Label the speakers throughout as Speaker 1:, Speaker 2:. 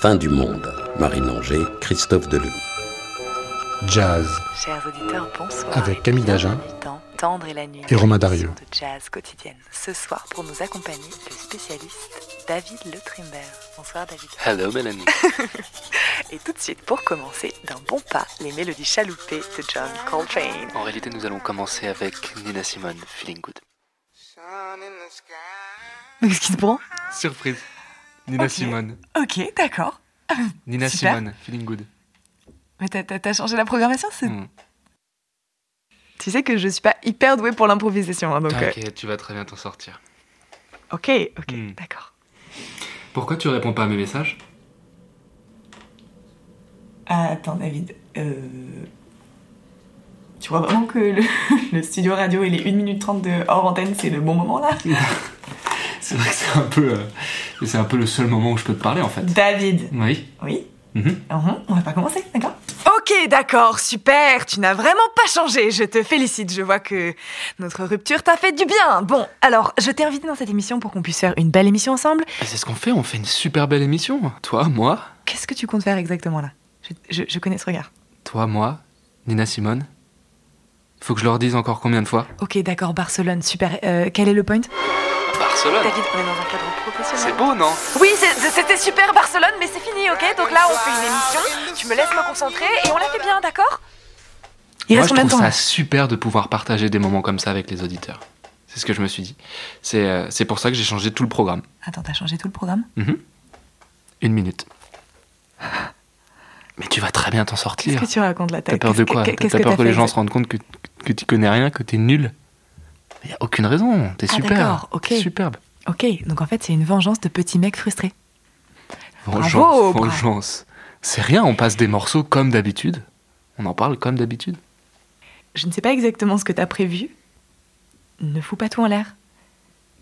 Speaker 1: fin du monde. Marine Anger, Christophe Delume.
Speaker 2: Jazz
Speaker 3: Chers auditeurs, bonsoir.
Speaker 2: Avec
Speaker 3: et
Speaker 2: Camille Dagen.
Speaker 3: bienvenue dans Tendre et la nuit.
Speaker 2: Et Romain Dario.
Speaker 3: émission De jazz quotidienne. Ce soir, pour nous accompagner, le spécialiste David Le Trimber. Bonsoir David.
Speaker 4: Hello Mélanie.
Speaker 3: Et tout de suite, pour commencer, d'un bon pas, les mélodies chaloupées de John Coltrane.
Speaker 4: En réalité, nous allons commencer avec Nina Simone, Feeling Good.
Speaker 5: Sun in the sky.
Speaker 3: Excuse-moi.
Speaker 6: Surprise. Nina
Speaker 3: Ok.
Speaker 6: Simone.
Speaker 3: Ok, d'accord.
Speaker 6: Nina
Speaker 3: Super.
Speaker 6: Simone, feeling good.
Speaker 3: Mais t'as- t'as t'as changé la programmation c'est-
Speaker 6: Hmm.
Speaker 3: Tu sais que je suis pas hyper douée pour l'improvisation, hein, donc. euh,
Speaker 6: T'inquiète, tu vas très bien t'en sortir.
Speaker 3: Ok, ok,
Speaker 6: Mm.
Speaker 3: d'accord.
Speaker 6: Pourquoi tu réponds pas à mes messages
Speaker 7: Ah, attends, David. euh, Tu vois vraiment que le, le studio radio et les 1 minute 30 de hors antenne, c'est le bon moment là
Speaker 6: C'est vrai que c'est un peu. euh, c'est un peu le seul moment où je peux te parler en fait.
Speaker 7: David
Speaker 6: Oui.
Speaker 7: Oui
Speaker 6: Mhm.
Speaker 3: uh-huh,
Speaker 7: Uhum, On va pas commencer, d'accord
Speaker 3: Ok, d'accord, super, tu n'as vraiment pas changé, je te félicite, je vois que notre rupture t'a fait du bien. Bon, alors, je t'ai invité dans cette émission pour qu'on puisse faire une belle émission ensemble.
Speaker 6: c'est ce qu'on fait, on fait une super belle émission. Toi, moi,
Speaker 3: Qu'est-ce que tu comptes faire exactement là je, je- je connais ce regard.
Speaker 6: toi, moi, Nina Simone. Faut que je leur dise encore combien de fois
Speaker 3: Ok, d'accord, Barcelone, super. Euh, quel est le point
Speaker 4: Barcelone.
Speaker 3: on est dans un cadre
Speaker 4: C'est
Speaker 3: professionnel.
Speaker 4: beau, non
Speaker 3: Oui, c'est- c'était super Barcelone, mais c'est fini, ok Donc là, on fait une émission, tu me laisses me concentrer et on la fait bien, d'accord Il
Speaker 6: Moi,
Speaker 3: reste
Speaker 6: je
Speaker 3: combien de
Speaker 6: trouve
Speaker 3: temps
Speaker 6: ça
Speaker 3: là
Speaker 6: super de pouvoir partager des moments comme ça avec les auditeurs. C'est ce que je me suis dit. C'est euh, c'est pour ça que j'ai changé tout le programme.
Speaker 3: Attends, t'as changé tout le programme
Speaker 6: Une minute. Mais tu vas très bien t'en sortir.
Speaker 3: Qu'est-ce que tu racontes là
Speaker 6: T'as peur de quoi T'as t'as peur que les gens se rendent compte que, que tu connais rien, que t'es nul Il a aucune raison, t'es
Speaker 3: Ah,
Speaker 6: super.
Speaker 3: d'accord, ok.
Speaker 6: t'es superbe.
Speaker 3: Ok, donc en fait, c'est une vengeance de petit mec frustré.
Speaker 6: Vengeance,
Speaker 3: Bravo, bravo.
Speaker 6: vengeance. C'est rien, on passe des morceaux comme d'habitude. On en parle comme d'habitude.
Speaker 3: Je ne sais pas exactement ce que t'as prévu. Ne fous pas tout en l'air.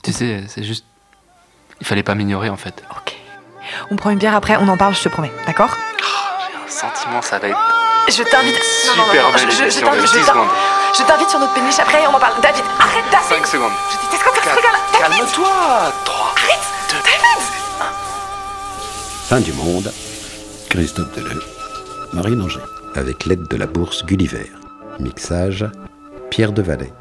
Speaker 6: Tu sais, c'est juste. Il fallait pas m'ignorer en fait.
Speaker 3: Ok. On prend une bière après, on en parle, je te promets, d'accord
Speaker 4: J'ai un sentiment, ça va être
Speaker 3: Je t'invite. Non, non, non,
Speaker 4: super
Speaker 3: non,
Speaker 4: belle
Speaker 3: je- je- je
Speaker 4: émission de
Speaker 3: t'invite-
Speaker 4: 10
Speaker 3: je
Speaker 4: secondes.
Speaker 3: t'invite- je t'invite sur notre péniche après et on en parle. David, arrête, David
Speaker 4: 5 secondes.
Speaker 3: Je déteste quand tu fais ce
Speaker 4: Calme-
Speaker 3: regard-là. David
Speaker 4: Calme-toi 3,
Speaker 1: Fin du monde. Christophe Deleu. Marine Anger. Avec l'aide de la bourse Gulliver. Mixage. Pierre Devalet.